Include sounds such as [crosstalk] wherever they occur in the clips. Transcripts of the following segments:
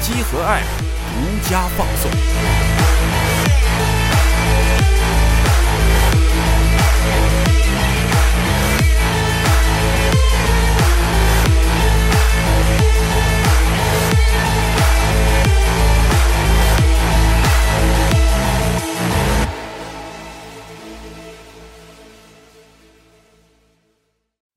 积禾 App 独家放送。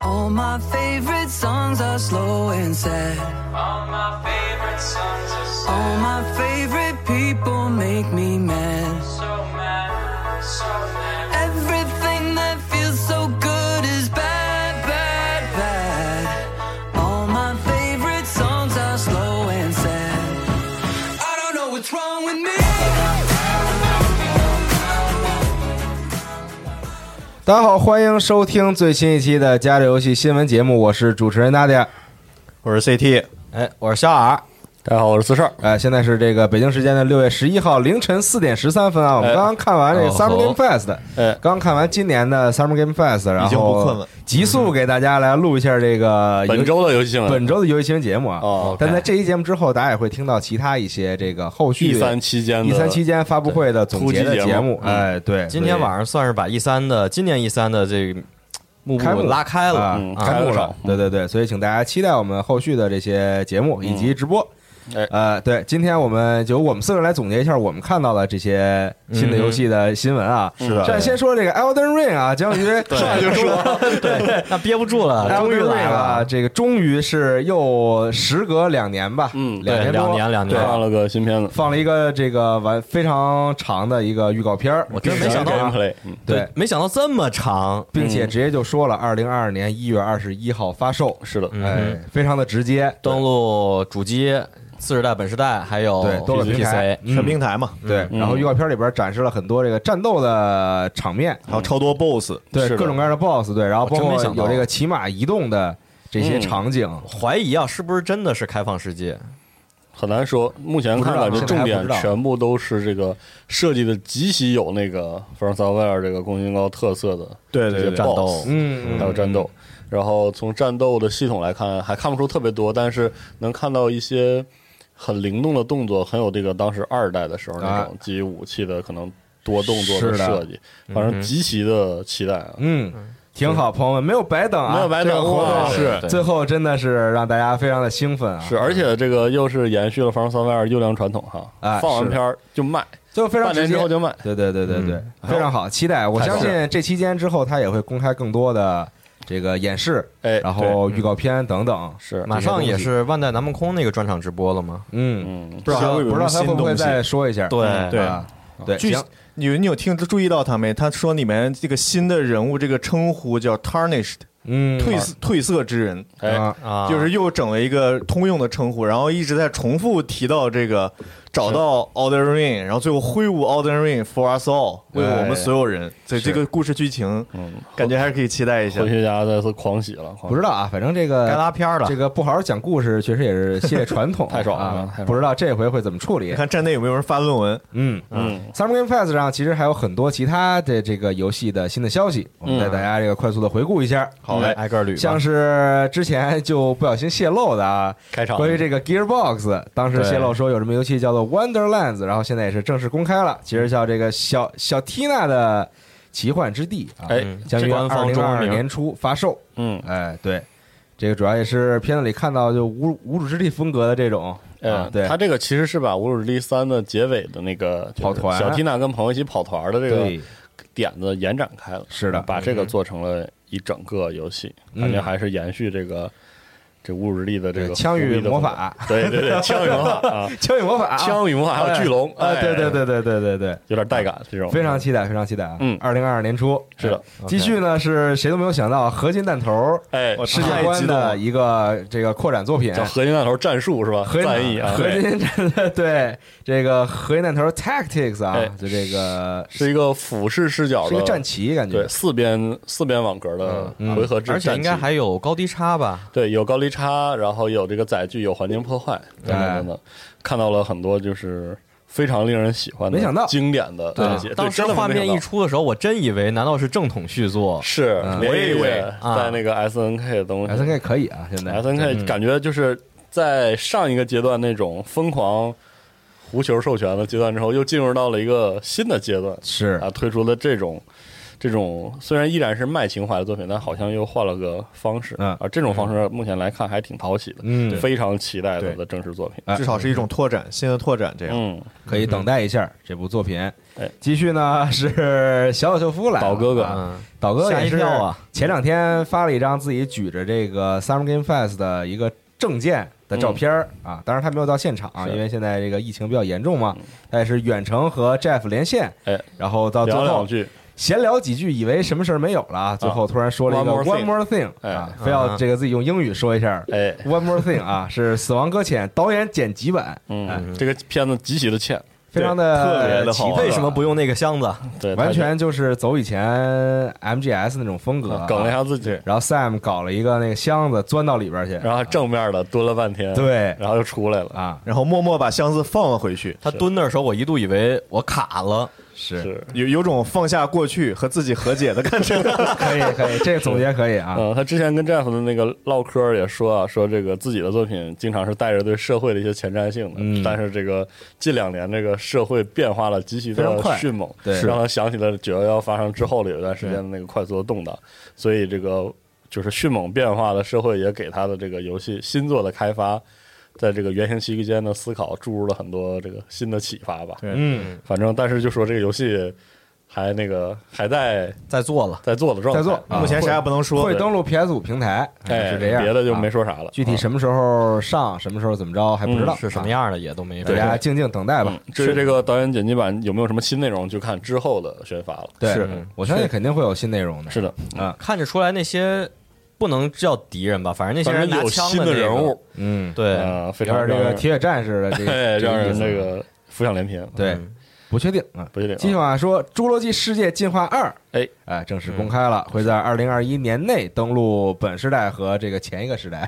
All my favorite songs are slow and sad. All my favorite songs are so, All my favorite people make me mad. so mad, so mad. Everything that feels so good is bad, bad, bad. All my favorite songs are slow and sad. I don't know what's wrong with me. 大家好，欢迎收听最新一期的《加州游戏新闻节目》，我是主持人娜迪亚，我是 CT，哎，我是小尔，大家好，我是四十二。哎，现在是这个北京时间的六月十一号凌晨四点十三分啊，我们哎刚刚看完这个哦 Summer Game Fest，哎刚看完今年的 Summer Game Fest，然已经不困后了急速给大家来录一下这个本周的游戏新闻，本周的游戏新闻节目啊哦，OK。但在这一节目之后，大家也会听到其他一些这个后续 E 三期间的一三期间发布会的总结的突击节节目目，嗯哎，对，今天晚上算是把 E 三的今年 E 三的这个幕开布幕拉开了，啊嗯开幕啊开了了场，对对对，所以请大家期待我们后续的这些节目以及直播。哎呃，对，今天我们就由我们四个人来总结一下我们看到的这些新嗯的游戏的新闻啊。是的先先说这个《Elden Ring》啊，将于上来就说 [laughs] [laughs] 那憋不住了， 《终于 Elden Ring》来啊，了，这个终于是又时隔两年吧，嗯两对年多两年两年对看了个新片子，放了一个这个完非常长的一个预告片儿我真没想到必须啊要 gameplay，嗯对，没想到这么长，并且直接就说了，二零二二年一月二十一号发售，是的，哎，非常的直接，登录主机、次世代、本世代，还有对都有平台 PC，嗯平台嘛，对，然后预告片里边展示了很多这个战斗的场面，还有超多 BOSS，对是的各种各样的 BOSS，对，然后包我真括没想到有这个骑马移动的这些场景，怀疑啊，是不是真的是开放世界？很难说。目前看来，不知道这重现点在还不知道全部都是这个设计的极其有那个 From Software 这个宫崎高特色的对对这些对战斗 boss 嗯，还有战斗。然后从战斗的系统来看，还看不出特别多，但是能看到一些很灵动的动作，很有这个当时二代的时候那种基于武器的可能多动作啊是的设计，反正极其的期待啊。嗯。挺好，朋友们，没有白等啊！没有白等这个活动哇是对最后真的是让大家非常的兴奋啊！是，而且这个又是延续了《防守三 v 二》优良传统哈，哎放是完片儿就卖，最后非常半直年之接后，就卖。对对对对对，非常好，期待！我太相好了信这期间之后，他也会公开更多的这个演示，哎然后预告片等等。是，马上也是万代南梦宫那个专场直播了吗？嗯，嗯，不知道不知道他会不会再说一下？对对啊对，具行，你你有听注意到他没？他说里面这个新的人物这个称呼叫 tarnished，嗯，褪色褪色之人，哎，啊，啊，就是又整了一个通用的称呼，然后一直在重复提到这个找到 Elden Ring，然后最后挥舞 Elden Ring for us all，为我哎们所有人。所以这个故事剧情，嗯感觉还是可以期待一下科。学家再次狂喜了，狂不知道啊，反正这个该拉片儿了这个不好好讲故事，确实也是系列传统， [laughs] 太爽了啊太爽！了不知道这回会怎么处你理。看站内有没有人发论文？嗯嗯，Summer Game Fest 上其实还有很多其他的这个游戏的新的消息，嗯我们带大家这个快速的回顾一下。嗯好嘞，哎挨个捋吧，像是之前就不小心泄露的 [laughs] 啊，开场关于这个 Gearbox，当时泄露说有这么游戏叫做 Wonderlands，然后现在也是正式公开了，其实叫这个小小 Tina 的奇幻之地啊，嗯哎嗯将于官二方零中二文二名年初发售。嗯，哎，对，这个主要也是片子里看到就无无主之地风格的这种啊嗯，对他这个其实是把《侮辱之地三》的结尾的那个就是跑团小缇娜跟朋友一起跑团的这对个点子延展开了，是的嗯把这个做成了一整个游戏，感觉还是延续这个这《侮辱之地》的这对个枪与伏笔的魔风格法，对对对，枪与魔法啊， [laughs] 枪与魔法，枪与魔法还有巨龙，啊，哎对对，对对对对对，有点带感这种，非常期待，非常期待啊！嗯二零二二年初是的哎继续呢是谁都没有想到合金弹头哎，世界观的一个这个扩展作品，叫合金弹头战术是吧？合战役啊，合对金对这个合金弹头 Tactics 啊哎，就这个是一个俯视视角是一的个战旗感觉对，，四边四边网格的回合制战嗯而棋，且应该还有高低差吧？对有高低差，然后有这个载具，有环境破坏等等等等，看到了很多就是非常令人喜欢的，没想到经典的啊战棋，对当时真的画面没想一到出的时候，我真以为难道是正统续作？是嗯连我也夜以为啊在那个 S N K 的东西 S N K 可以啊，现在 S N 嗯 K 感觉就是在上一个阶段那种疯狂胡球授权的阶段之后，又进入到了一个新的阶段，是啊，推出了这种这种虽然依然是卖情怀的作品，但好像又换了个方式。嗯啊，这种方式目前来看还挺讨喜的，嗯非常期待对它的正式作品。哎至少是一种拓展，新的拓展这样。嗯，可以等待一下这部作品哎。继续呢是小小秀夫来了，岛哥哥啊嗯，岛哥吓也一是跳啊！前两天发了一张自己举着这个 Summer Game Fest 的一个证件的照片儿啊，当然他没有到现场，啊是因为现在这个疫情比较严重嘛。他也是远程和 Jeff 连线，哎，然后到最聊两后句，闲聊几句，以为什么事儿没有了啊，最后突然说了一个 One more One more thing 哎啊，非要这个自己用英语说一下。哎， One more thing 啊，是《死亡搁浅》导演剪辑版，哎嗯，这个片子极其的欠，非常对特的别的好玩啊奇特哎为什么不用那个箱子？对，完全就是走以前 MGS 那种风格它啊，嗯梗了一下自己，然后 Sam 搞了一个那个箱子钻到里边去，然后还正面的蹲了半天，，对然后又出来了，啊，然后默默把箱子放了回去，他蹲那儿的时候，我一度以为我卡了。是是。有有种放下过去和自己和解的感 [laughs] 觉。可以可以，这个总结可以啊，嗯，他之前跟 Jeff 的那个唠嗑儿也说啊，说这个自己的作品经常是带着对社会的一些前瞻性的，嗯但是这个近两年这个社会变化了极其非常的快迅猛，对让他想起了九幺幺发生之后的有一段时间的那个快速的动荡，所以这个就是迅猛变化的社会也给他的这个游戏新作的开发，在这个原型期间的思考注入了很多这个新的启发吧。嗯，反正但是就说这个游戏还那个还在在做了，在做的状态，在做，啊 [laughs] 目前啥也不能会说，会登录 PS 五平台，哎，是这样，别的就没啊。说啥了，具体啊什么时候上，什么时候怎么着还不知道嗯是什么，样的也都没啊大法。家静静等待吧嗯。至于这个导演剪辑版有没有什么新内容，就看之后的宣发了。对嗯是，我相信肯定会有新内容的。是的，看着出来那些不能叫敌人吧，反正那些反人呃正拿有枪新那个人物，，嗯，对，啊，非有点常这让个人铁血战士的这 [laughs] 哎，个这让个意人思啊那个浮想联翩。啊对嗯不确定啊。不确定啊继续往下说，《侏罗纪世界进化二》哎哎正式公开了，会在二零二一年内登陆本世代和这个前一个时代。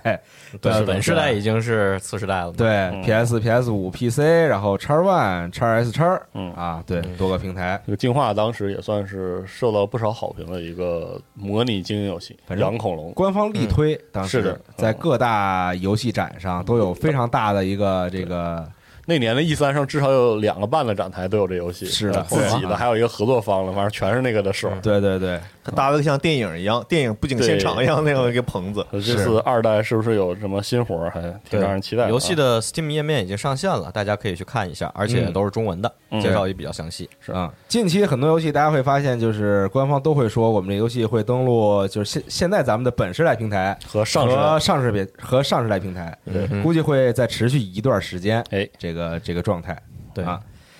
对，呃本世代已经是次世代 [laughs] 了嘛。对嗯 PS、PS 五、PC，然后 X One、X S、X 嗯啊，对多个平台，这个进化当时也算是受到不少好评的一个模拟经营游戏，反正养恐龙。官方力推，当嗯是时的在各大游戏展上都有非常大的一嗯个这个那年的 E 三上至少有两个半的展台都有这游戏，是的啊自己对的还有一个合作方的，反正全是那个的手。对对对，搭的像电影一样，电影布景现场一样那样一个棚子。这次二代是不是有什么新活儿，还挺让人期待啊。游戏的 Steam 页面已经上线了，大家可以去看一下，而且都是中文的，嗯介绍也比较详细。是啊、近期很多游戏大家会发现，就是官方都会说我们这游戏会登录，就是现现在咱们的本世代平台和上世代和上世别和上世代平台，对估计会再持续一段时间。哎这个这个状态，对啊。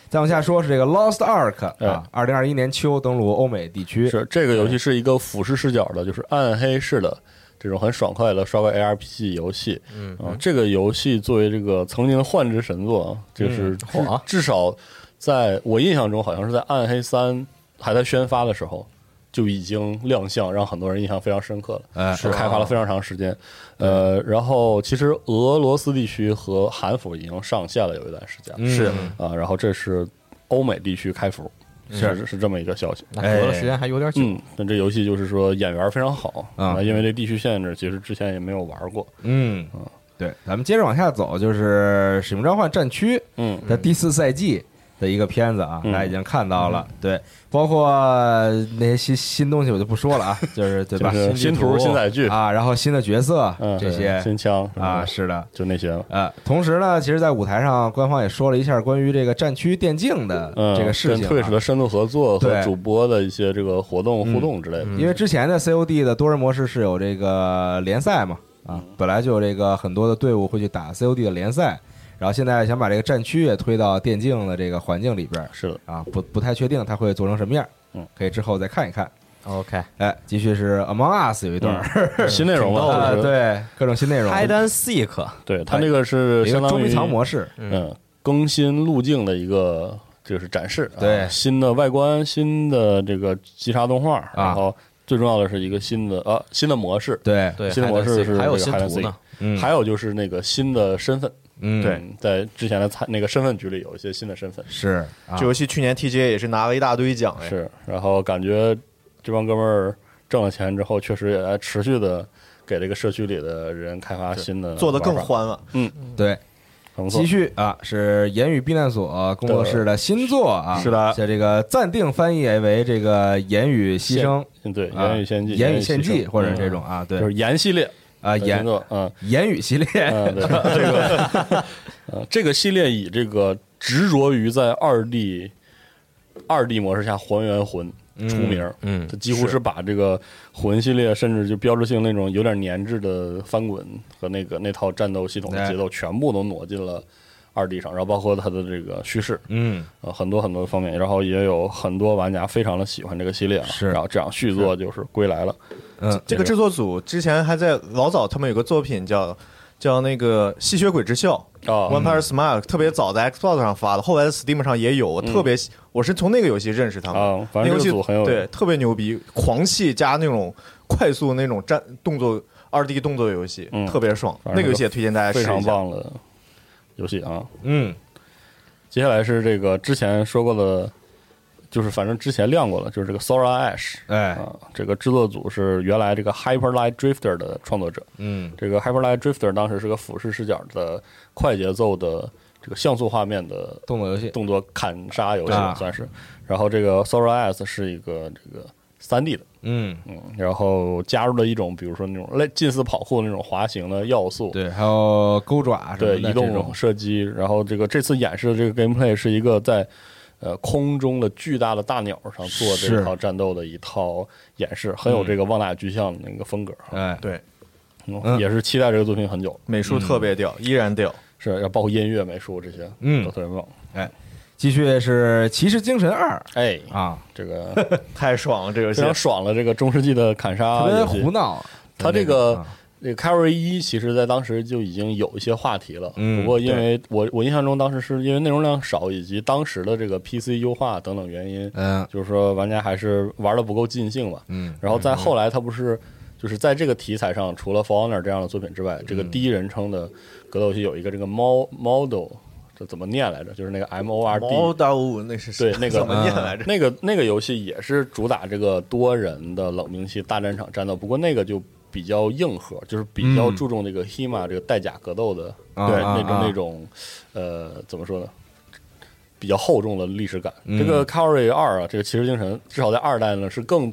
再往下说是这个 Lost Ark 哎啊，二零二一年秋登陆欧美地区。是这个游戏是一个俯视视角的，就是暗黑式的这种很爽快的刷怪 ARPG 游戏。嗯，啊，这个游戏作为这个曾经的幻之神作，啊，就是至、嚯啊至少在我印象中，好像是在《暗黑三》还在宣发的时候。就已经亮相，让很多人印象非常深刻了。哎是啊开发了非常长时间，呃，然后其实俄罗斯地区和韩服已经上线了有一段时间了，是啊，然后这是欧美地区开服，是是这么一个消息。那哎隔了时间还有点久，嗯，但这游戏就是说演员非常好啊因为这地区限制，其实之前也没有玩过。嗯，对，咱们接着往下走，就是《使命召唤：战区》嗯，的第四赛季的一个片子啊，嗯大家已经看到了，对，包括那些新新东西我就不说了啊，就是对就吧？是新图、新载具，啊，然后新的角色嗯，这些新嗯枪啊，，是的，就那些了。呃，同时呢，其实，在舞台上，官方也说了一下关于这个战区电竞的嗯，这个事情、跟啊。 Twitch 的深度合作和对嗯主播的一些这个活动互动之类的，因为之前的 COD 的多人模式是有这个联赛嘛，啊，本来就有这个很多的队伍会去打 COD 的联赛，然后现在想把这个战区也推到电竞的这个环境里边儿是的，啊，不不太确定它会做成什么样儿，嗯可以之后再看一看。 OK，哎，继续是 Among Us 有一段儿、新内 [laughs] 容啊嘛，就是对各种新内容， Hide and Seek，对它那个是哎一相个捉当于迷藏模式，嗯，更新路径的一个就是展示，啊对新的外观、新的这个击杀动画，啊然后最重要的是一个新的啊新的模式，对，对，新的模 Hide and 式 Seek，是还有这新个 hide and 图呢，嗯，还有就是那个新的身份，嗯对嗯，在之前的参那个身份局里有一些新的身份是啊这游戏去年 TGA 也是拿了一大堆奖哎，是，然后感觉这帮哥们儿挣了钱之后，确实也在持续的给这个社区里的人开发新的做的更玩法，欢了。对。很不错继，续啊，是言语避难所工作室的新作啊，是的在这个暂定翻译哎为这个言语牺牲，嗯对，啊言语献祭、言语语献祭牲或者嗯这种啊，就对是言系列啊，呃言星座嗯。言语系列，嗯，对， [laughs] 这个，呃，这个系列以这个执着于在二 D 二 D 模式下还原魂出名儿，嗯它几乎是把这个魂系列，甚至就标志性那种有点粘滞的翻滚和那个那套战斗系统的节奏，全部都挪进了二 D 上，然后包括它的这个叙事，嗯，呃，很多很多方面，然后也有很多玩家非常的喜欢这个系列啊，是然后这样续作就是归来了，嗯这个制作组之前还在老早他们有个作品叫叫那个《吸血鬼之笑》啊 One Piece Smile，特别早在 Xbox 上发的，后来在 Steam 上也有。我特别喜，我是从那个游戏认识他们的。啊嗯反正那游这个戏组很有对，特别牛逼，狂戏加那种快速那种战动作二 D 动作游戏，嗯特别爽。反正那个游戏也推荐大家试非一下。常棒的游戏啊，嗯，接下来是这个之前说过的，就是反正之前亮过了，就是这个 Sora Ash 哎，啊，这个制作组是原来这个 Hyperlight Drifter 的创作者。嗯这个 Hyperlight Drifter 当时是个俯视视角的快节奏的这个像素画面的动作游戏动作砍杀游戏啊算是。然后这个 Sora Ash 是一个这个三 D 的，嗯，嗯，然后加入了一种比如说那种类近似跑酷的那种滑行的要素，对，还有钩爪什么对的移这动种射击，然后这个这次演示的这个 gameplay 是一个在呃空中的巨大的大鸟上做这是嗯套战斗的一套演示，很有这个旺达巨像的那个风格，哎，啊对，嗯嗯也是期待这个作品很久，美术特别屌，依然屌。是要包括音乐、美术这些，嗯都特别棒。继续是骑士精神二哎，啊，[laughs] 这个太爽了，这游戏非常爽了，这个中世纪的砍杀特别游戏胡闹，它这个啊这个 Carry 一，其实在当时就已经有一些话题了，嗯不过因为我我印象中当时是因为内容量少，以及当时的这个 PC 优化等等原因，嗯就是说玩家还是玩的不够尽兴嘛。嗯然后再后来，他不是就是在这个题材上，除了《For Honor》这样的作品之外，这嗯个第一人称的格斗游戏有一个这个猫 model，这怎么念来着？就是那个 M O R D。毛大物那 [laughs] 是对那个怎么念来着？那个那个游戏也是主打这个多人的冷兵器大战场战斗，不过那个就比较硬核，就是比较嗯注重这个 HEMA 这个带甲格斗的，啊对啊那种啊那种呃怎么说呢，比较厚重的历史感。嗯这个 Carry 二啊，这个骑士精神至少在二代呢是更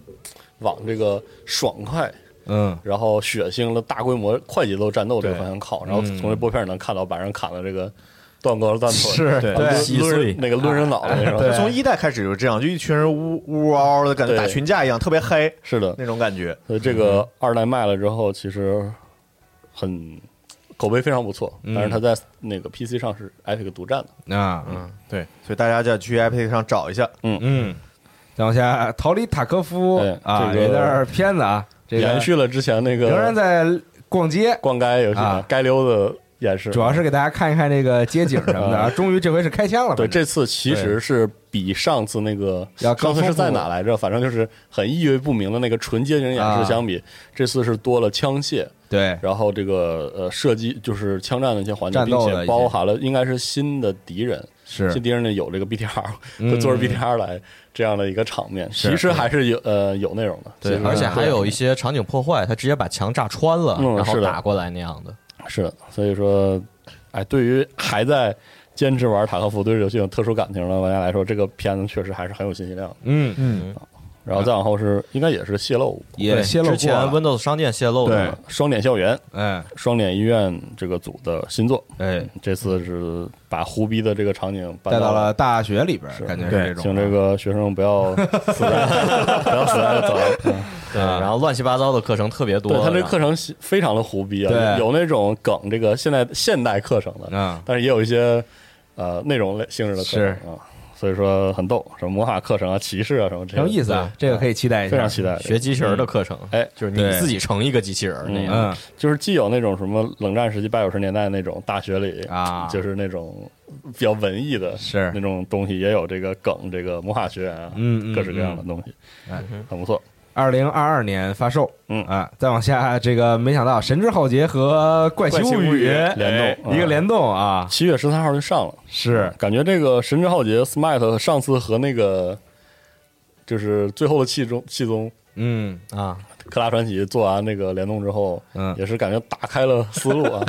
往这个爽快。嗯然后血腥的大规模快节奏战斗这个对方向靠，然后嗯从这拨片儿能看到把人砍的这个断胳膊断腿，是 [laughs] 嗯对对啊抡抡那个抡人脑袋那种，从一代开始就这样，就一群人呜呜嗷嗷的感觉，对打群架一样，特别嗨是的，那种感觉。所以这嗯个二代卖了之后，其实很口碑非常不错，嗯但是它在那个 PC 上是 Epic 独占的。啊嗯嗯对，所以大家就要去 Epic 上找一下。嗯，再往下逃离塔科夫哎啊，这个这段儿片子啊，这个延续了之前那个仍然在逛街，逛街游戏嘛啊街溜子演示，主要是给大家看一看这个街景什么 [laughs] 的。啊啊，终于这回是开枪了，对反正这次其实是比上次那个要更上次是丰富在哪来着？反正就是很意味不明的那个纯街景演啊示相比，这次是多了枪械，对然后这个呃射击就是枪战的一些环节，战并斗的且一些包含了应该是新的敌人，这是敌人呢有这个 BTR，嗯就坐着 BTR 来这样的一个场面，是其实还是有呃有内容的，对其，实而且还有一些场景破坏，他直接把墙炸穿了，嗯然后是的打过来那样的。是的，所以说，哎，对于还在坚持玩塔科夫对这游戏有特殊感情的玩家来说，这个片子确实还是很有信息量的。嗯，嗯，然后再往后是应该也是泄露，也泄露之过前了， Windows 商店泄露的嘛，双点校园、哎双点医院这个组的新作，哎，这次是把胡逼的这个场景搬带到了了大学里边儿，感觉是对这种，请这个学生不要死 [laughs] 在不要死在走廊。嗯对，然后乱七八糟的课程特别多。对他这然后课程系非常的胡逼啊，对有那种梗这个现代现代课程的，啊但是也有一些呃内容类性质的课是程啊，所以说很逗，什么魔法课程啊、骑士啊什么这很有意思啊，这个可以以期待一下，非常期待。学机器人儿的课程，哎，就是你对自己成一个机器人儿那样。嗯就是既有那种什么冷战时期八九十年代那种大学里啊就是那种比较文艺的是那种东西，也有这个梗，这个魔法学院啊，嗯嗯各式各样的东西，嗯很不错。二零二二年发售，嗯啊，再往下这个没想到《神之浩劫》和《怪奇怪奇物语语》联动哎一个嗯联动啊，七月十三号就上了，是感觉这个《神之浩劫》Smite 上次和那个就是最后的气宗气宗嗯啊， [laughs] 克拉传奇做完那个联动之后，嗯也是感觉打开了思路 [laughs] 啊。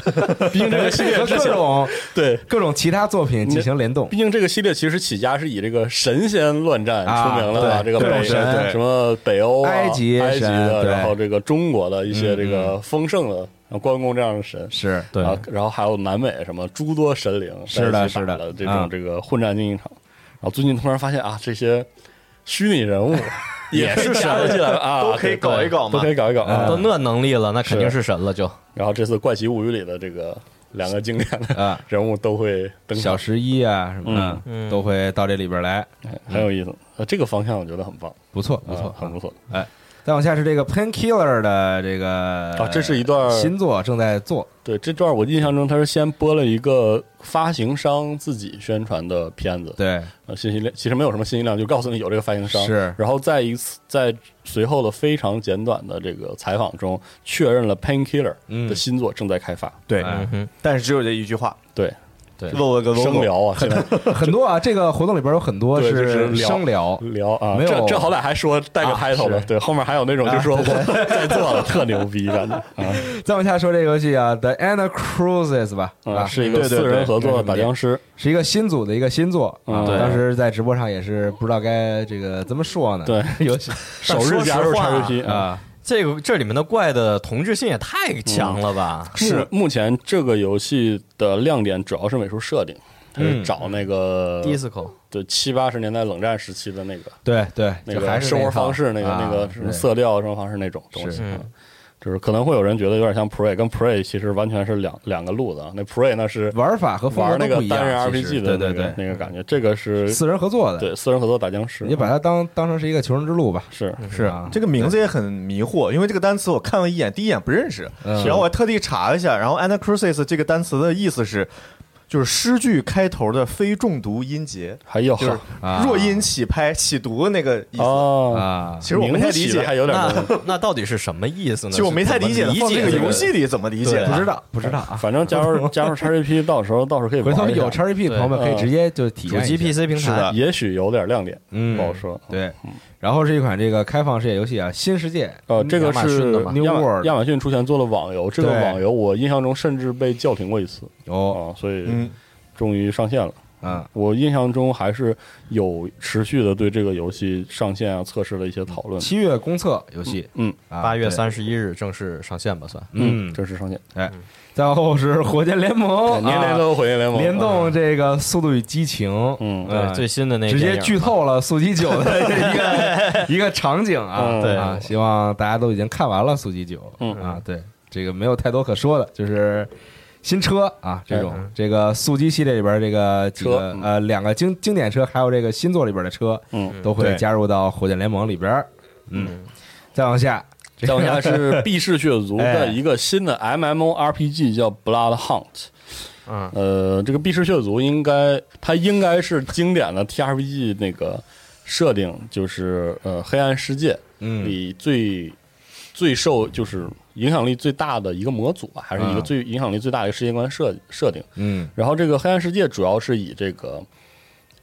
毕竟这个系列和之各前种对，各种其他作品进行联动毕，竟这个系列其实起家是以这个神仙乱战啊出名的嘛，对这个各种北神对什么北欧、啊、埃埃及及神的，对然后这个中国的一些这个丰盛的像关公这样的神。是对然后然后还有南美什么诸多神灵是的在一起是的打这啊种这个混战竞技场，然后最近突然发现啊，这些虚拟人物也是加入进来了啊，都可以对搞一搞嘛都可以搞一搞啊都。那能力了，那肯定是是神了就。然后这次《怪奇物语》里的这个两个经典的啊人物都会登小场，十一啊什么的、嗯都会到这里边来，哎很有意思。呃这个方向我觉得很棒，不错不错啊，很不错哎，再往下是这个 Painkiller 的这个啊。这是一段哎新作正在做，对这段我印象中他是先播了一个发行商自己宣传的片子，对，呃，信息量其实没有什么信息量，就告诉你有这个发行商。是然后在一次在随后的非常简短的这个采访中，确认了 Painkiller 嗯的新作正在开发。对哎，嗯，但是只有这一句话，对，露了个 logo，生聊啊，现在很多啊，这个活动里边有很多对就是聊声聊，聊啊，没有这这好歹还说带个啊 title 是的，啊对，后面还有那种就说我在做了，特牛逼感觉啊再往下说这个游戏啊，The Anna Cruises 吧，是吧啊，？是一个对对四对人合作对的对打僵尸，是一个新组的一个新作啊，嗯对当时在直播上也是不知道该这个怎么说呢，对， [laughs] 游 [laughs] 戏首日加入说实话 XGP 啊。啊，这个这里面的怪的同质性也太强了吧？是嗯目前这个游戏的亮点主要是美术设定，它是找那个 Disco 对七八十年代冷战时期的那个对对，那就个还是生活套方式，那个啊那个什么对色调、生活方式那种东西是啊，就是可能会有人觉得有点像 Prey，跟 Prey 其实完全是两两个路子啊。那 Prey 那是玩法和嗯风格玩都那不个一样单人其实 RPG 的对对那个对，嗯那个感觉，这个是四人合作的，对私人合作打僵尸，你把它当当成是一个求生之路吧，是是啊，这个名字也很迷惑，因为这个单词我看了一眼，第一眼不认识，然后我还特地查了一下，然后 anacrusis 这个单词的意思是，就是诗句开头的非中毒音节，还有就是啊弱音起拍、起读那个意思。哦，啊其实我没太理名字起得还解，有点东西那那到底是什么意思呢？其实我没太理解，是怎么放理这解个这游戏里怎么理解对的？不知道不知道啊，反正 [laughs] 加入加入 XGP，到时候到时候可以回玩头一下有 XGP 的朋友们可以直接就体验主机一下 PC 平是的台，也许有点亮点，嗯不好说。对，嗯然后是一款这个开放世界游戏啊，《新世界》嗯呃，哦这个亚马逊是的嘛 New 亚马 World 亚马逊出钱做了网游，这个对网游我印象中甚至被叫停过一次哦啊，所以嗯，终于上线了。嗯我印象中还是有持续的对这个游戏上线啊、测试的一些讨论。七月公测游戏，嗯啊，八月对，三十一日正式上线吧，算。嗯，正式上线，哎，再往后是火箭联盟，年年啊都火焰联盟联动这个《速度与激情》，嗯呃对，最新的那个直接电影剧透了《速激九》的一个一个场景啊，嗯对啊，希望大家都已经看完了《速激九》，嗯啊，对，这个没有太多可说的，就是。新车啊，这种这个速激系列里边这个几车个嗯呃两个经经典车，还有这个新作里边的车，嗯，都会对加入到火箭联盟里边儿。嗯，再往下， [laughs] 再往下是《避世血族》哎的一个新的 MMORPG 叫《Blood Hunt》。嗯，呃，这个《避世血族》应该它应该是经典的 TRPG 那个设定，就是呃黑暗世界嗯，里最、最受就是影响力最大的一个模组吧，还是一嗯个最影响力最大的一个世界观设设定。嗯然后这个黑暗世界主要是以这个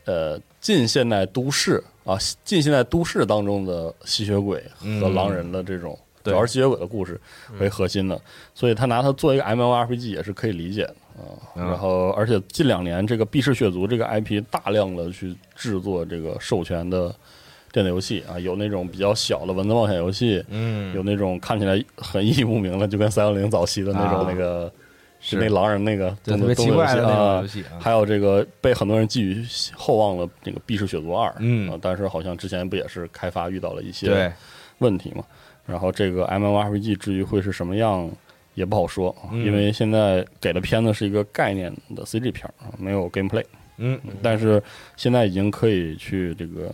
呃近现代都市啊，近现代都市当中的吸血鬼和狼人的这种，主要是吸血鬼的故事为核心的，所以他拿它做一个 MMORPG 也是可以理解的。嗯然后，而且近两年这个《避世血族》这个 IP 大量的去制作这个授权的电子游戏啊，有那种比较小的文字冒险游戏，嗯，有那种看起来很意义不明的，就跟三幺零早期的那种啊那个、就是那狼人那个对动特别作奇怪的那种游游戏戏啊，啊，还有这个被很多人寄予厚望的那个《避世血族二》，嗯啊但是好像之前不也是开发遇到了一些对，问题嘛。然后这个 MMORPG 至于会是什么样，也不好说啊，嗯因为现在给的片子是一个概念的 CG 片儿啊，没有 gameplay。嗯，但是现在已经可以去这个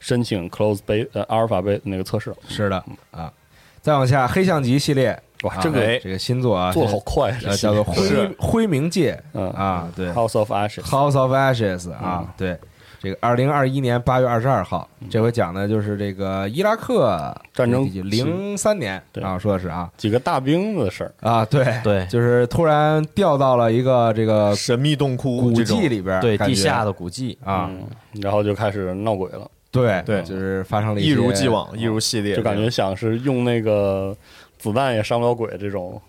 申请 close beta 呃阿尔法贝那个测试了。是的啊。再往下，黑象级系列，哇啊这个这个新作啊，做的好快，呃，叫做这灰系列灰冥界嗯啊，对 House of Ashes。 ，House of Ashes 嗯啊，对，这个二零二一年八月二十二号，这回讲的就是这个伊拉克战争零三年对啊，说的是啊几个大兵的事儿，啊，对对就是突然掉到了一个这个神秘洞窟古这种迹里边儿，对感地觉下的古迹，啊，嗯，然后就开始闹鬼了，对对就是发生了一一如些既往，一如系列，就感觉像是用那个子弹也伤不了鬼这种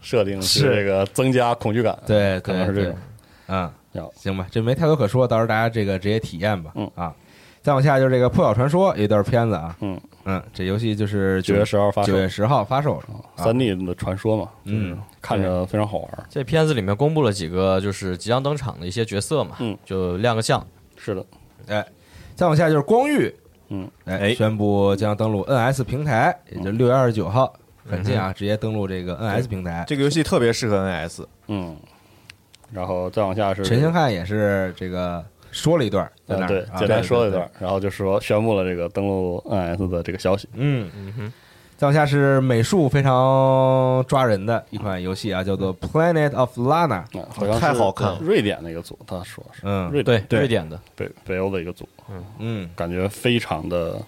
设定，去是啊这个增加恐惧感，对，可能是这对种。，嗯要，行吧，这没太多可说，到时候大家这个直接体验吧。嗯啊，再往下就是这个《破晓传说》有一段片子啊，嗯嗯，这游戏就是九月十号发售哦九，月十号发售了，啊三 D 的传说嘛，就是嗯看着非常好玩儿。这片子里面公布了几个就是即将登场的一些角色嘛，嗯就亮个相。是的，哎，再往下就是《光遇》，嗯，哎，哎宣布将登陆 NS 平台，也就是六月二十九号，很近啊，直接登陆这个 NS 平台。这个游戏特别适合 NS，嗯，然后再往下是陈星汉也是这个说了一段，在那呃儿对啊，简单说了一段，然后就说宣布了这个登陆 NS 的这个消息。嗯嗯哼，再往下是美术非常抓人的一款游戏啊，叫做《Planet of Lana》。啊，好像是太好看了瑞典那个组，他说是嗯瑞对，典瑞典的，北北欧的一个组，嗯，感觉非常的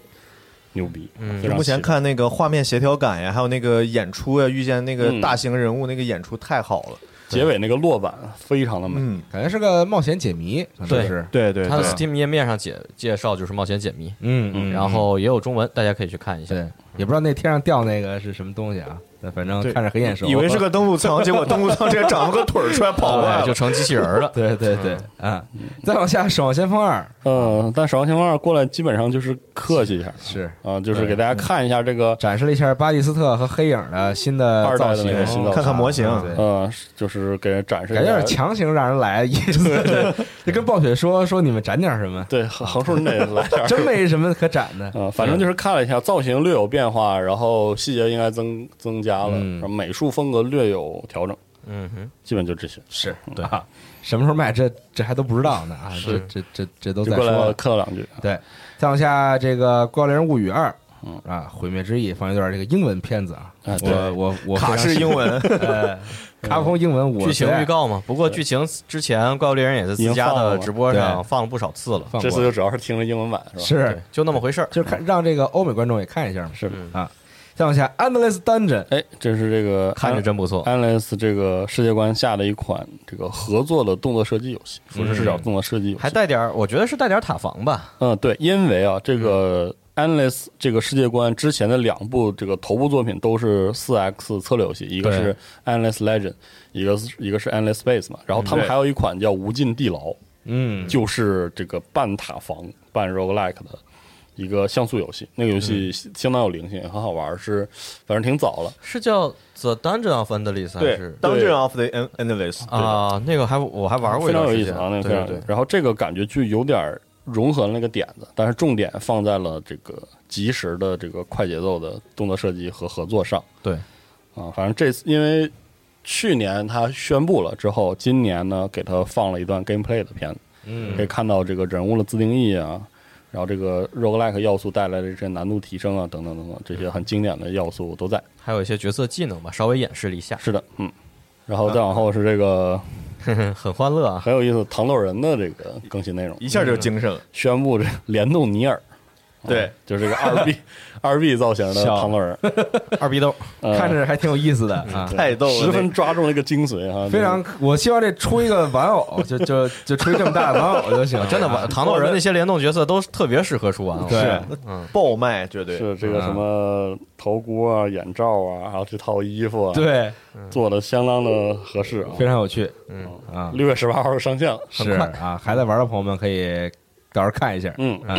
牛逼。非常目前期待看那个画面协调感呀，还有那个演出呀，遇见那个嗯大型人物那个演出太好了，结尾那个落板非常的美，嗯，感觉是个冒险解谜，可能对是。对对它的对， Steam 页面上介介绍就是冒险解谜，嗯嗯然后也有中文，大家可以去看一下。对，也不知道那天上掉那个是什么东西啊，但反正对看着很眼熟。。以为是个登陆舱，结果登陆舱直接长了个腿儿出来跑过来对，了哦就，成机器人儿 [laughs] 了对对对，啊，再往下《守望先锋二嗯，但《守望先锋二》过来基本上就是客气一下》是啊，就是给大家看一下这个展示了一下巴蒂斯特和黑影的新的二代造的型那个新造，型哦看看模型对呃，就是给人展示一下嗯感觉有点强行让人来意思， [laughs] 就跟暴雪说说你们展点什 [laughs] 么，对，横横竖你得来点 [laughs] 儿。真没什么可展的。 [laughs] 呃，反正就是看了一下，造型略有变化，然后细节应该增增加了，嗯然后美术风格略有调整，嗯哼，基本就这些。是对啊，什么时候卖这这还都不知道呢啊，这是这这这都就在过说来了。客套两句。对，再往下这个《怪猎人物语二》嗯啊，《毁灭之翼》放一段这个英文片子啊，啊对我我我卡式英文，非常 [laughs] 呃，卡普空英文我剧情最爱预告嘛，不过剧情之前《怪物猎人》也在自家的直播已经放了上放了不少次了，放这次过就主要是听了英文版，是吧？对是，就那么回事儿。就是看让这个欧美观众也看一下嘛。是的。嗯啊，再往下《Endless Dungeon》哎，这是这个看着真不错，安莱斯这个世界观下的一款这个合作的动作射击游戏，俯视视角动作射击游戏。还带点儿，我觉得是带点儿塔防吧。嗯，对，因为啊，这个 Endless 这个世界观之前的两部这个头部作品都是四 X 策略游戏，一个是 Endless Legend，一个是一个是 Endless Space 嘛，然后他们对还有一款叫无尽地牢，嗯，就是这个半塔防半 roguelike 的一个像素游戏，那个游戏相当有灵性，也很好玩，是反正挺早了。是叫《The Dungeon of Endless》还是，Dungeon of the End- Endless，啊？那个还我还玩过非一常段有时意间，思啊，那个非对常对对，然后这个感觉就有点儿融合了那个点子，但是重点放在了这个及时的这个快节奏的动作射击和合作上。对啊，反正这次因为去年他宣布了之后，今年呢给他放了一段 gameplay 的片子，嗯可以看到这个人物的自定义啊。然后这个 roguelike 要素带来的这些难度提升啊，等等等等，这些很经典的要素都在。还有一些角色技能吧，稍微演示了一下，是的，嗯。然后再往后是这个 [laughs] 很欢乐啊。很有意思，糖豆人的这个更新内容，一下就精神了，宣布这联动尼尔嗯对，嗯就是这个二 B 二 B 造型的小庞乐人， [laughs] 二逼豆，呃嗯看着还挺有意思的啊。太逗了，十那分个抓住那个精髓啊哈，非常，我希望这出一个玩偶，就就就出一这么大的玩偶就行了。 [laughs] 啊真的玩糖豆人那些联动角色都是特别适合啊出玩偶。对嗯爆卖，绝对是这个什么头箍啊、眼罩啊，还有这套衣服啊，，对，做的相当的合适啊。非常有趣。嗯啊，六月十八号上线，很快啊，还在玩的朋友们可以到时候看一下。嗯啊，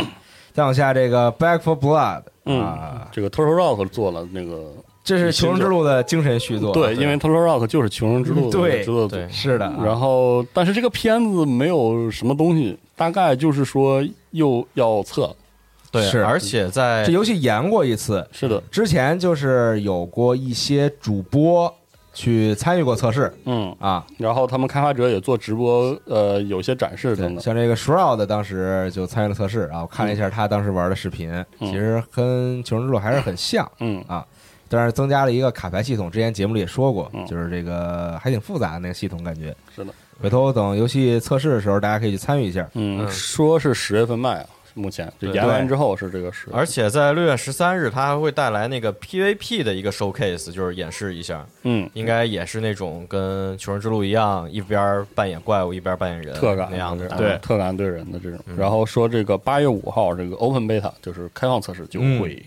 再往下这个 Back for Blood 嗯啊，，这个 Turtle Rock 做了那个，这是《求生之路》的精神续作。对，因为 Turtle Rock 就是《求生之路》对制作组，对是的啊，然后，但是这个片子没有什么东西，大概就是说又要测，对，是而且在这游戏演过一次，是的，之前就是有过一些主播去参与过测试嗯，啊，然后他们开发者也做直播，呃，有些展示等对，等，像这个 Shroud 当时就参与了测试啊，我看了一下他当时玩的视频，其实跟《求生之路》还是很像，嗯啊，但是增加了一个卡牌系统，之前节目里也说过，嗯就是这个还挺复杂的那个系统，感觉是的，回头等游戏测试的时候，大家可以去参与一下。嗯，说是十月份卖啊，目前就对研完之后是这个十，而且在六月十三日，它还会带来那个 PVP 的一个 showcase，就是演示一下，嗯，应该也是那种跟《求生之路》一样，一边扮演怪物一边扮演人特感那样的。啊的，对特感对人的这种。然后说这个八月五号这个 Open Beta 就是开放测试就会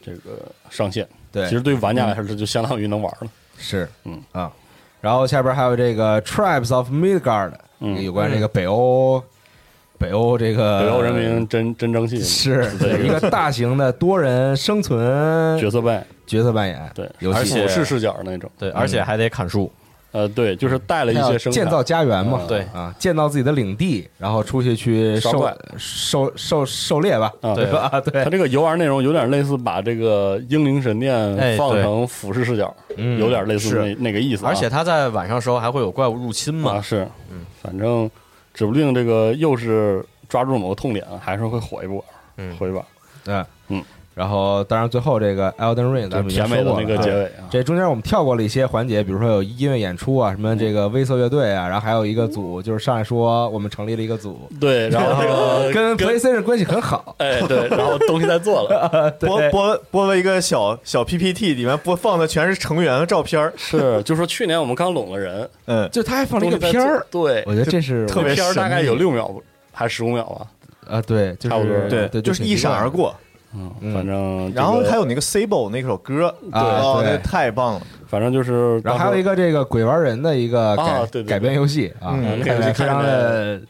这个上线，对其实对于玩家来说这就相当于能玩了，是，嗯啊，然后下边还有这个 Tribes of Midgard，、嗯有关这个北欧，北欧这个北欧人民真真争气，嗯是对一个大型的多人生存角色扮演，角色扮演对，游而戏，且俯视视角那种，对，而且还得砍树。呃，对，就是带了一些生建产造家园嘛，嗯对啊，建造自己的领地，然后出去去刷狩怪狩狩狩猎吧，啊，对啊，对它，这个游玩内容有点类似把这个英灵神哎殿放成俯视视角，嗯有点类似那是那个意思啊。而且它在晚上时候还会有怪物入侵啊嘛？是，反正指不定这个又是抓住某个痛点，还是会火一波，火一把。嗯嗯，然后当然最后这个 Elden Ring 咱们已经甜美说的过那个了啊结尾啊，这中间我们跳过了一些环节，比如说有音乐演出啊，什么这个微色乐队啊，然后还有一个组，就是上来说我们成立了一个组，对，然 [laughs] 后这个跟 PlayStation 关系很好，哎 [laughs] 对，然后东西在做了，播播播了一个小小 PPT，里面播放的全是成员的照片儿，是，就说去年我们刚拢了人，嗯，就他还放了一个东西在片做儿，对，我觉得这是特别片儿神秘大概有六秒还十五秒吧，啊，对，就是差不多对对，对，就是一闪而，过。嗯反正这然后个还有那个 Sable 那首歌，啊哦，对那太棒了，反正就是然当时，后还有一个这个鬼玩人的一个改、啊对对对改编游戏啊，嗯看起来非常的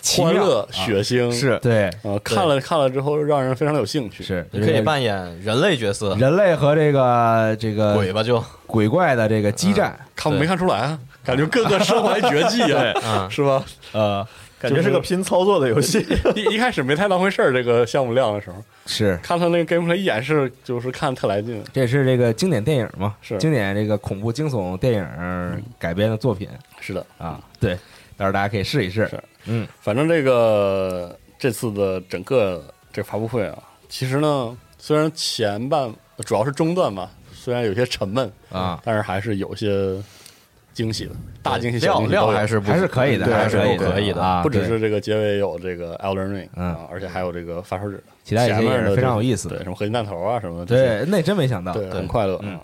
奇欢妙乐啊血腥是对呃，看了看了之后，让人非常有兴趣。是你可以扮演人类角色，人类和这个这个鬼吧就鬼怪的这个激战，看对没看出来啊？感觉各个身怀绝技啊，[laughs] 是吧？呃，感觉是个拼操作的游戏。一一开始没太当回事儿，这个项目量的时候，是看他那个 gameplay 一演示，就是看特来劲。这是这个经典电影嘛，是经典这个恐怖惊悚电影改编的作品是的，啊，对，到时候大家可以试一试是，反正这个这次的整个这发布会啊，其实呢，虽然前半主要是中段吧，虽然有些沉闷啊，但是还是有些惊喜的，大惊喜小料惊喜料都有还是不还是可以的，对还是是可以都可以的。啊，不只对是这个结尾有这个 Elden Ring，嗯啊，而且还有这个发烧指，其他一些前面也是的非常这有意思的对，什么合金弹头啊什么的，这些对，那真没想到，对，很快乐。嗯，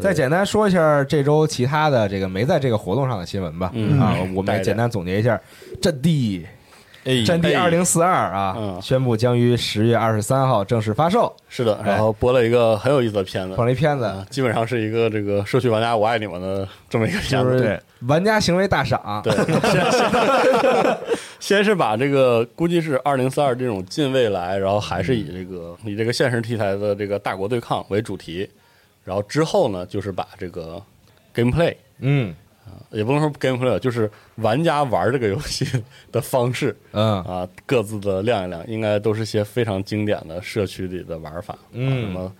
再简单说一下这周其他的这个没在这个活动上的新闻吧。嗯啊，我们带也着简单总结一下，《战地》哎《战地二零四二》啊，嗯宣布将于十月二十三号正式发售。是的，然后播了一个很有意思的片子放，了一片子啊，基本上是一个这个社区玩家我爱你们的这么一个片就子。是玩家行为大赏。对，先先 [laughs] 先是把这个估计是二零四二这种近未来，然后还是以这个以这个现实题材的这个大国对抗为主题，然后之后呢，就是把这个 gameplay 呃嗯也不能说 gameplay，就是玩家玩这个游戏的方式嗯啊，各自的亮一亮，应该都是些非常经典的社区里的玩法，嗯啊什么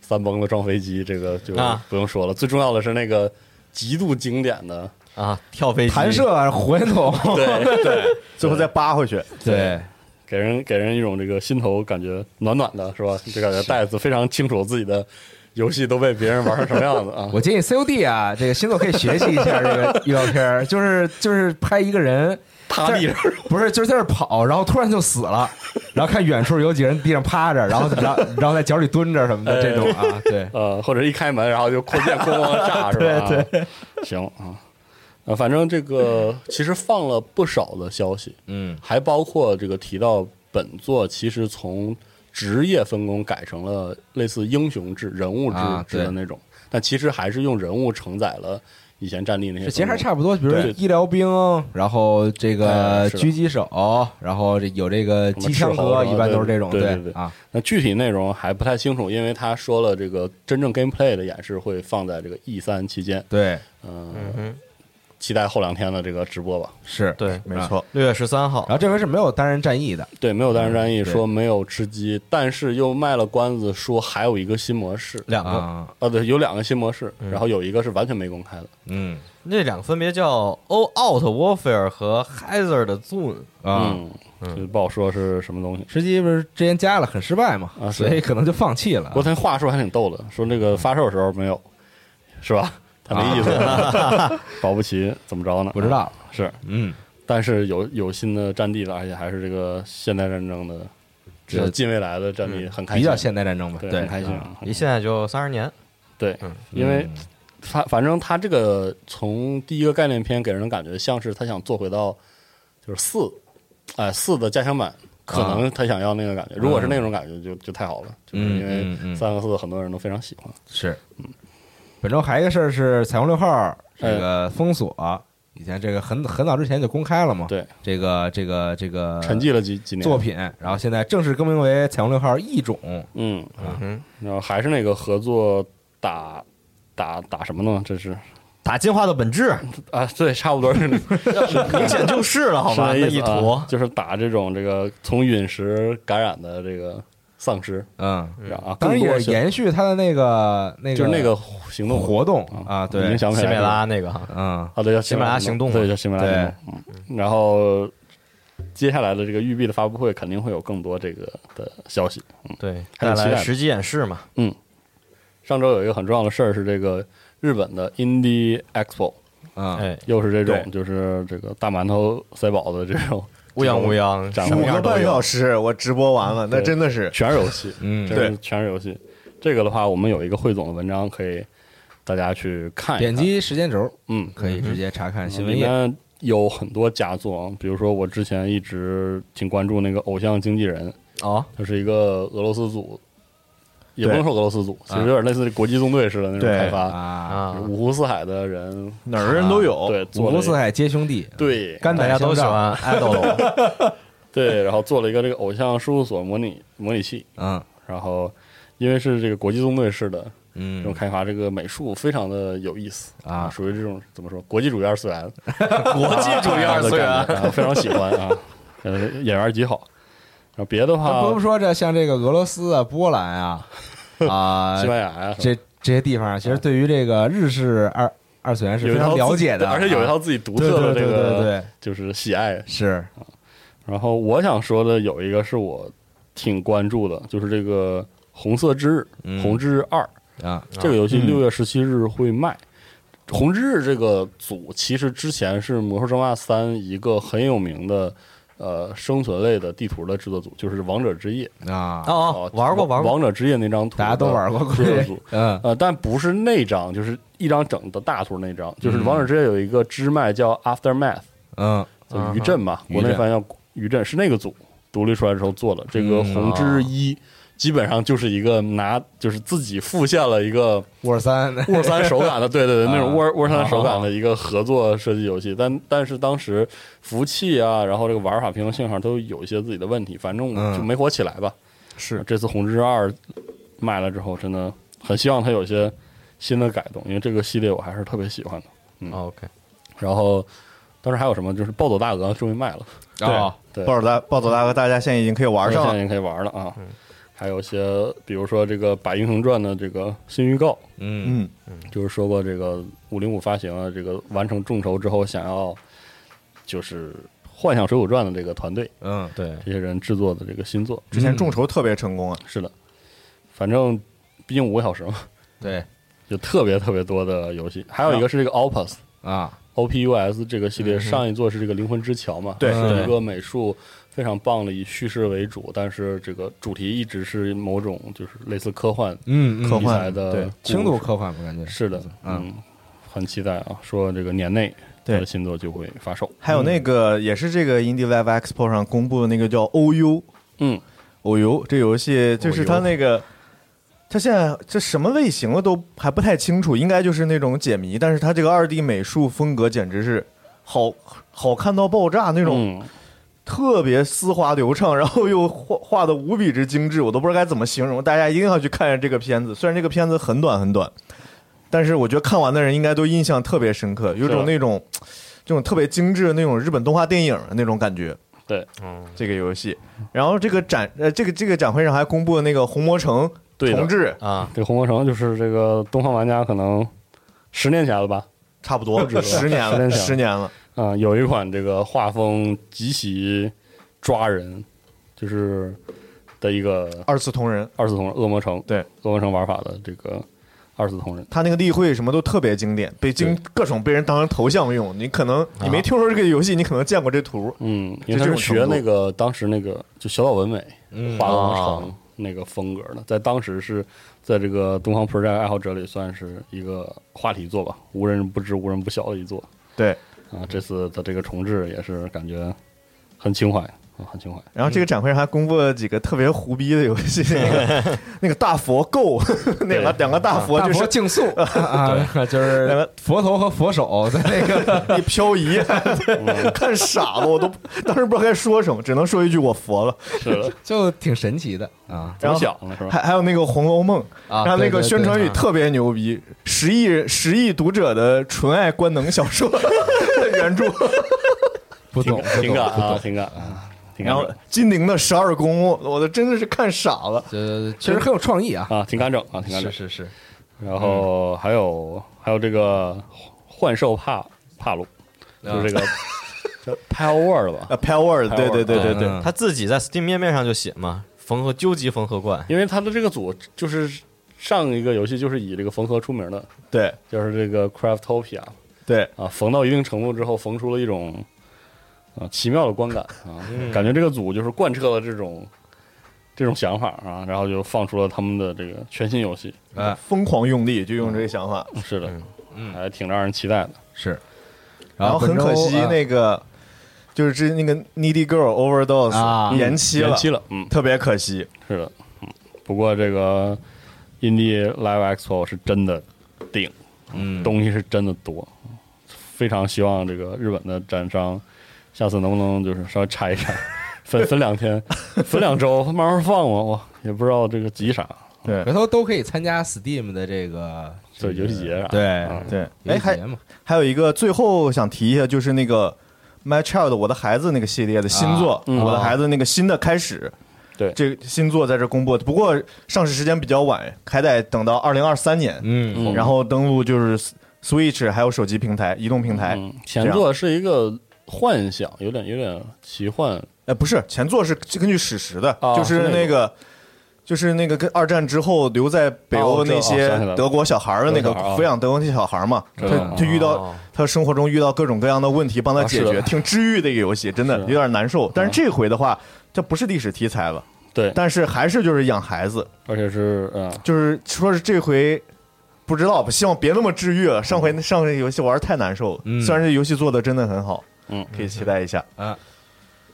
三蹦子撞飞机，这个就啊不用说了。最重要的是那个极度经典的，啊，跳飞机弹射火焰筒， [laughs] 对对，最后再扒回去，对，。给人给人一种这个心头感觉暖暖的，是吧？就感觉袋子非常清楚自己的游戏都被别人玩成什么样子啊 [laughs] 我建议 COD 啊，这个星座可以学习一下这个预告片儿，就是就是拍一个人趴地上在不是就是在这儿跑，然后突然就死了，然后看远处有几个人地上趴着，然后然后然后在脚里蹲着什么哎的这种 [laughs] 啊，对，呃，或者一开门，然后就扩建咣咣 [laughs] 炸，是吧？对对，行啊，呃，反正这个其实放了不少的消息，嗯，还包括这个提到本作其实从职业分工改成了类似英雄制、人物制啊制的对那种，但其实还是用人物承载了以前战地那些这分工。其实还差不多，比如说对医疗兵，然后这个哎是的狙击手，然后这有这个机枪什么斥候哥，什么一般都是这种，对对对对啊，那具体内容还不太清楚，因为他说了这个真正 gameplay 的演示会放在这个 E 三期间，对，嗯嗯，哼，期待后两天的这个直播吧。是。对，没错，六月十三号然后这回是没有单人战役的，对，没有单人战役，嗯对说没有吃鸡，但是又卖了关子，说还有一个新模式，两个，啊，啊，对，有两个新模式，然后有一个是完全没公开的，嗯那两个分别叫 All Out Warfare 和 Hazard Zone。啊，嗯，就不好说是什么东西。吃鸡不是之前加了很失败嘛，啊是所以可能就放弃了不。过他话说还挺逗的，说那个发售的时候没有，是吧？他没意思， [laughs] 保不齐怎么着呢？啊啊不知道，是，嗯，但是有有新的战地了，而且还是这个现代战争的，这嗯这近未来的战地，很开心，比较现代战争吧，对，对，很开心啊啊，一现在就三十年，对，嗯因为反反正他这个从第一个概念片给人的感觉像是他想做回到就是四，哎四的加强版，可能他想要那个感觉。如果是那种感觉，就就太好了，就是啊嗯因为嗯嗯啊三和四很多人都非常喜欢。是。本周还有一个事儿是彩虹六号哎这个封锁，以前这个很很早之前就公开了嘛，对，这个这个这个沉寂了几几年呃作，品，然后现在正式更名为彩虹六号异种，嗯，嗯哼，然后还是那个合作打打打什么呢？这是打进化的本质，啊，对，差不多是那 [laughs] 明显就是了，好吧？是那那一意思啊坨，就是打这种这个从陨石感染的这个丧尸，嗯，然后啊，当然更多也是是延续他的那个那个就是那个行动活动啊啊，已对经，想不西起来美了拉那个哈，嗯，啊，对，叫喜马拉雅行动对，嘛叫喜马拉雅行动。嗯然后接下来的这个育碧的发布会肯定会有更多这个的消息。嗯对，还带挺期待来的实际演示嘛，上周有一个很重要的事儿是这个日本的 Indie Expo，嗯，哎，又是这对种就是这个大馒头塞饱的这 [laughs] 种，乌泱乌泱，展什么望五样个都半有小时我直播完了，那对真的是全是游戏，嗯真是全是游戏。这个的话，我们有一个汇总的文章可以大家去看一点，看击时间轴哎嗯，可以直接查看新闻里页，面有很多佳作，啊，比如说我之前一直挺关注那个《偶像经纪人》，哦，它是一个俄罗斯组，也不能说俄罗斯组，其啊实有点类似国际纵队似的那种对开发，啊，啊，五湖四海的人，哪儿的人都有，对，五做湖了四海皆兄弟，对肝大胆家相都喜照，欢 idol，对，然后做了一个这个偶像事务所模拟模拟器，嗯然后因为是这个国际纵队式的这种嗯，开发，这个美术非常的有意思啊属于这种怎么说国际主义二 [laughs] 次元，国际主义二次元，啊，非常喜欢啊， [laughs] 呃，演员极好。然后别的咱话不，说这像这个俄罗斯啊、波兰 [laughs] 啊啊西班牙呀，这这些地方，其实对于这个日式二二次元是有一非套常自了解的，而且有一啊套自己独对特的对这对对个对，就是喜爱，是然后我想说的有一个是我挺关注的，就是这个《红色之日》嗯红之日二》啊，这个游戏嗯六月十七日会卖。红之日这个组其实之前是《魔兽争霸三》一个很有名的呃生存类的地图的制作组，就是《王者之夜》啊，哦，呃玩过玩王过，王者之夜》那张图，大家都玩过，制作组。嗯呃，但不是那张，就是一张整的大图那张，就是《王者之夜》有一个支脉叫 Aftermath，嗯就余震嘛，嗯国内余震翻译叫余震，是那个组独立出来之后做的。这个嗯红之一基本上就是一个拿，就是自己复现了一个沃尔三，沃三手感的，对对对，啊那种沃沃三手好感好好的一个合作设计游戏。但但是当时服务器啊，然后这个玩法、平衡性上都有一些自己的问题，反正嗯就没火起来吧。是这次红之二卖了之后，真的很希望它有些新的改动，因为这个系列我还是特别喜欢的。嗯哦 OK，然后当时还有什么，就是暴走大鹅终于卖了。啊对，暴走大暴走大哥，大家现在已经可以玩上现在了，也可以玩了啊。还有一些，比如说这个《百英雄传》的这个新预告，嗯嗯，就是说过这个五零五发行了，这个完成众筹之后，想要就是《幻想水浒传》的这个团队，嗯对，这些人制作的这个新作，之前众筹特别成功啊，是的，反正毕竟五个小时嘛，对啊就特别特别多的游戏。还有一个是这个 Opus，啊 OPUS 这个系列，上一座是这个《灵魂之桥》嘛，嗯对是对一个美术非常棒的，以叙事为主，但是这个主题一直是某种就是类似科幻嗯，科嗯题幻材的对故事轻度科幻吧，感觉是的，嗯嗯，很期待啊，说这个年内对它的新作就会发售，还有那个也是这个 Indie Live Expo 上公布的那个叫 OU 嗯，偶游这游戏，就是它那个，它现在这什么类型了都还不太清楚，应该就是那种解谜，但是它这个二 D 美术风格简直是好好看到爆炸那种，嗯特别丝滑流畅，然后又画画的无比之精致，我都不知道该怎么形容，大家一定要去看一下这个片子，虽然这个片子很短很短，但是我觉得看完的人应该都印象特别深刻，有种是那种。这种特别精致的那种日本动画电影的那种感觉，对，这个游戏。然后这个展呃，这个这个展会上还公布了那个《红魔城》对的重置，啊，这个《红魔城》就是这个东方玩家可能十年前了吧，差不多 [laughs] 十年十了，年前十年了。啊、有一款这个画风极其抓人，就是的一个二次同人，二次同人恶魔城，对恶魔城玩法的这个二次同人，他那个例会什么都特别经典，被经各种被人当成头像用。你可能你没听说这个游戏，你可能见过这图。嗯，就因为这它是种学程度嗯那个当时那个就小岛文美画恶魔城那个风格的，在当时是在这个东方 project 爱好者里算是一个话题作吧，无人不知、无人不晓的一作对，啊。这次的这个重置也是感觉很情怀啊，很情怀。然后这嗯个展会上还公布了几个特别胡逼的游 [laughs] 戏，那个那个大佛 Go，那 [laughs] 个两个大佛大就佛是竞速 [laughs] 啊，就是佛头和佛手在那个一 [laughs] 漂移， [laughs] 看傻了，我都当时不知道该说什么，只能说一句我佛了。是的，就挺神奇的啊。怎然么后想的是吧？还还有那个《红楼梦》啊然后那对个对宣传语对啊特别牛逼，十亿人十亿读者的纯爱官能小说 [laughs] 原 [laughs] 著，不懂，不懂，挺感不啊，懂。挺感 [laughs] 啊，挺然敢后整金陵的十二宫，我的真的是看傻了。呃，确实很有创意啊。啊，挺敢整啊，挺敢整。是是，然后还有还有这个幻兽帕帕鲁，就是这个啊叫 Pal World 吧，呃 p a l w o r d 对 Power，对对对对，嗯他自己在 Steam 页面上就写嘛，缝合究极缝合怪，因为他的这个组就是上一个游戏就是以这个缝合出名的，对就是这个 Craftopia 对，啊，缝到一定程度之后，缝出了一种啊奇妙的观感啊，感觉这个组就是贯彻了这种这种想法啊，然后就放出了他们的这个全新游戏，嗯哎，疯狂用力就用这个想法，是的，还挺让人期待的。是。然后很可啊惜本周呃那个就是之那个 Needy Girl Overdose、啊延期了，延期了，嗯，特别可惜。是的，嗯，不过这个 Indie Live Expo 是真的顶，嗯东西是真的多，非常希望这个日本的展商下次能不能就是稍微拆一拆，分分两天，分两周慢慢放我，我也不知道这个急啥，对回头都可以参加 Steam 的这个这游戏节啥，对啊对，游哎戏还节嘛，还有一个最后想提一下，就是那个《My Child》我的孩子那个系列的新作，嗯我的孩子那个新的开始。对这个新作在这公布，不过上市时间比较晚，还得等到二零二三年，嗯嗯然后登陆就是 Switch 还有手机平台、移动平台。嗯，前作是一个幻想，有点有点奇幻，哎，不是，前作是根据史实的，哦就是是那那个。就是那个跟二战之后留在北欧哦这那哦些想起来了德国小孩儿的那个德国小孩儿啊抚养德国那些小孩儿嘛，他知道了他遇到哦他生活中遇到各种各样的问题，帮他啊解是的决，挺治愈的一个游戏，真的是啊嗯有点难受。但是这回的话，这不是历史题材了，对，但是还是就是养孩子，而且是嗯。就是说是这回不知道吧，希望别那么治愈了。上回嗯上回游戏玩儿太难受了，嗯虽然这游戏做的真的很好，嗯，可以期待一下。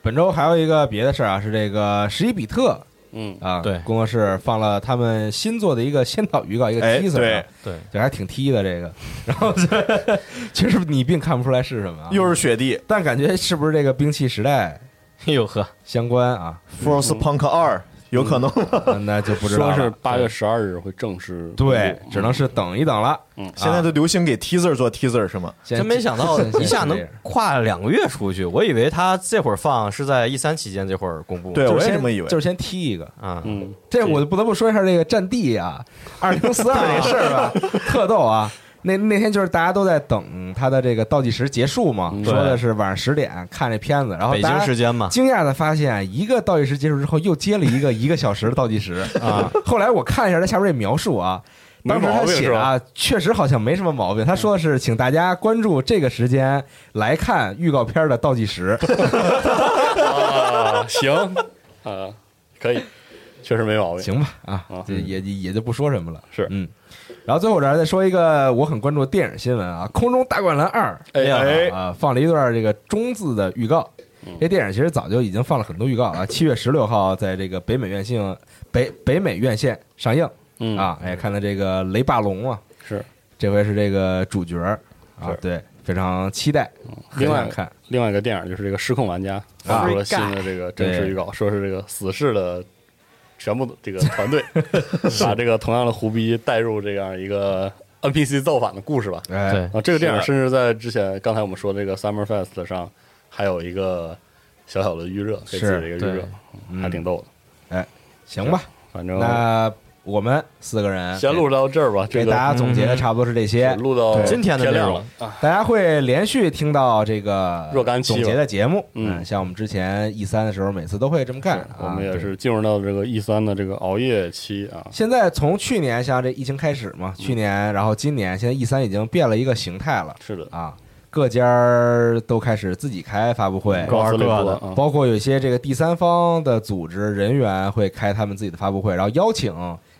本周还有一个别的事儿啊，是这个十一比特嗯，啊，对工作室放了他们新做的一个先导预告，一个哎 teaser，啊、对就还挺 T 的这个。然后这 [laughs] 其实你并看不出来是什么、啊，又是雪地但感觉是不是这个兵器时代哎呦呵，相关啊？ ，Force Punk 二有可能啊那就不知道了。说是八月十二日会正式公布对，只能是等一等了。 [laughs] 现在都流行给 teaser 做 teaser 是吗？先真没想到先一下先这能样跨两个月出去，我以为他这会儿放是在 E 三期间这会儿公布。对就是我也先这么以为就是先踢一个。啊，嗯，这我不得不说一下这个战地啊，二零四二这事儿吧，特逗啊。那那天就是大家都在等他的这个倒计时结束嘛，嗯说的是晚上十点看这片子，然后北京大家时间嘛，惊讶的发现，一个倒计 [laughs] [laughs] 时结束之后，又接了一个一个小时的倒计时啊！后来我看了一下他下面这描述啊，没当时他毛病写是的吧？啊，确实好像没什么毛病。他说的是，请大家关注这个时间来看预告片的倒计时。啊，行啊，可以，确实没毛病。行吧，啊啊，这也也也就不说什么了。是嗯。然后最后这儿再说一个我很关注的电影新闻啊，《空中大灌篮二》哎嗯啊，放了一段这个中字的预告。这电影其实早就已经放了很多预告啊，七月十六号在这个北美院线北北美院线上映嗯，啊。哎，看到这个雷霸龙啊，是这回是这个主角儿啊是，嗯对，非常期待，很另外想看。啊另外一个电影就是这个《失控玩家》发出了新的这个真实预告，说是这个死侍的全部这个 [laughs] 团队把这个同样的胡逼带入这样一个 NPC 造反的故事吧。哎，对啊，这个电影甚至在之前刚才我们说的这个 Summer Fest 上还有一个小小的预热，给自己的一个预热对，嗯还挺逗的。行吧，反正那我们四个人先录到这儿吧，给这大家个嗯总结的差不多是这些。录到今天的天亮内了容啊，大家会连续听到这个若干期吧总结的节目，嗯像我们之前 E 三的时候，每次都会这么干是。我们啊也对是进入到这个 E 三的这个熬夜期啊，现在从去年像这疫情开始嗯嘛，去年然后今年，现在 E 三已经变了一个形态了是的，啊，各家儿都开始自己开发布会，各玩各的啊包括有一些这个第三方的组织人员会开他们自己的发布会，然后邀请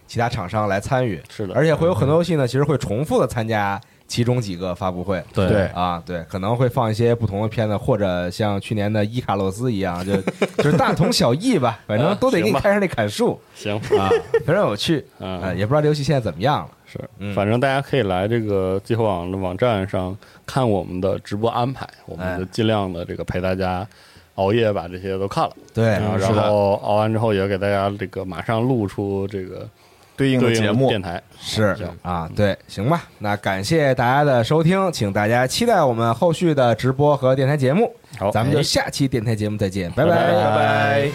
其他厂商来参与，是的，而且会有很多游戏呢，其实会重复的参加其中几个发布会。对对啊，对，可能会放一些不同的片子，或者像去年的伊卡洛斯一样，就 [laughs] 就是大同小异 [laughs] 吧，反正都得给行你吧开上那砍树行，啊，非常有趣嗯啊，也不知道这游戏现在怎么样了。是嗯，反正大家可以来这个集合网的网站上看我们的直播安排，我们就尽量的这个陪大家熬夜把这些都看了，对，啊然后熬完之后也给大家这个马上录出这个对应的对节应的目电台，是行啊，对，行吧，那感谢大家的收听，请大家期待我们后续的直播和电台节目，好，咱们就哎下期电台节目再见，拜拜拜拜。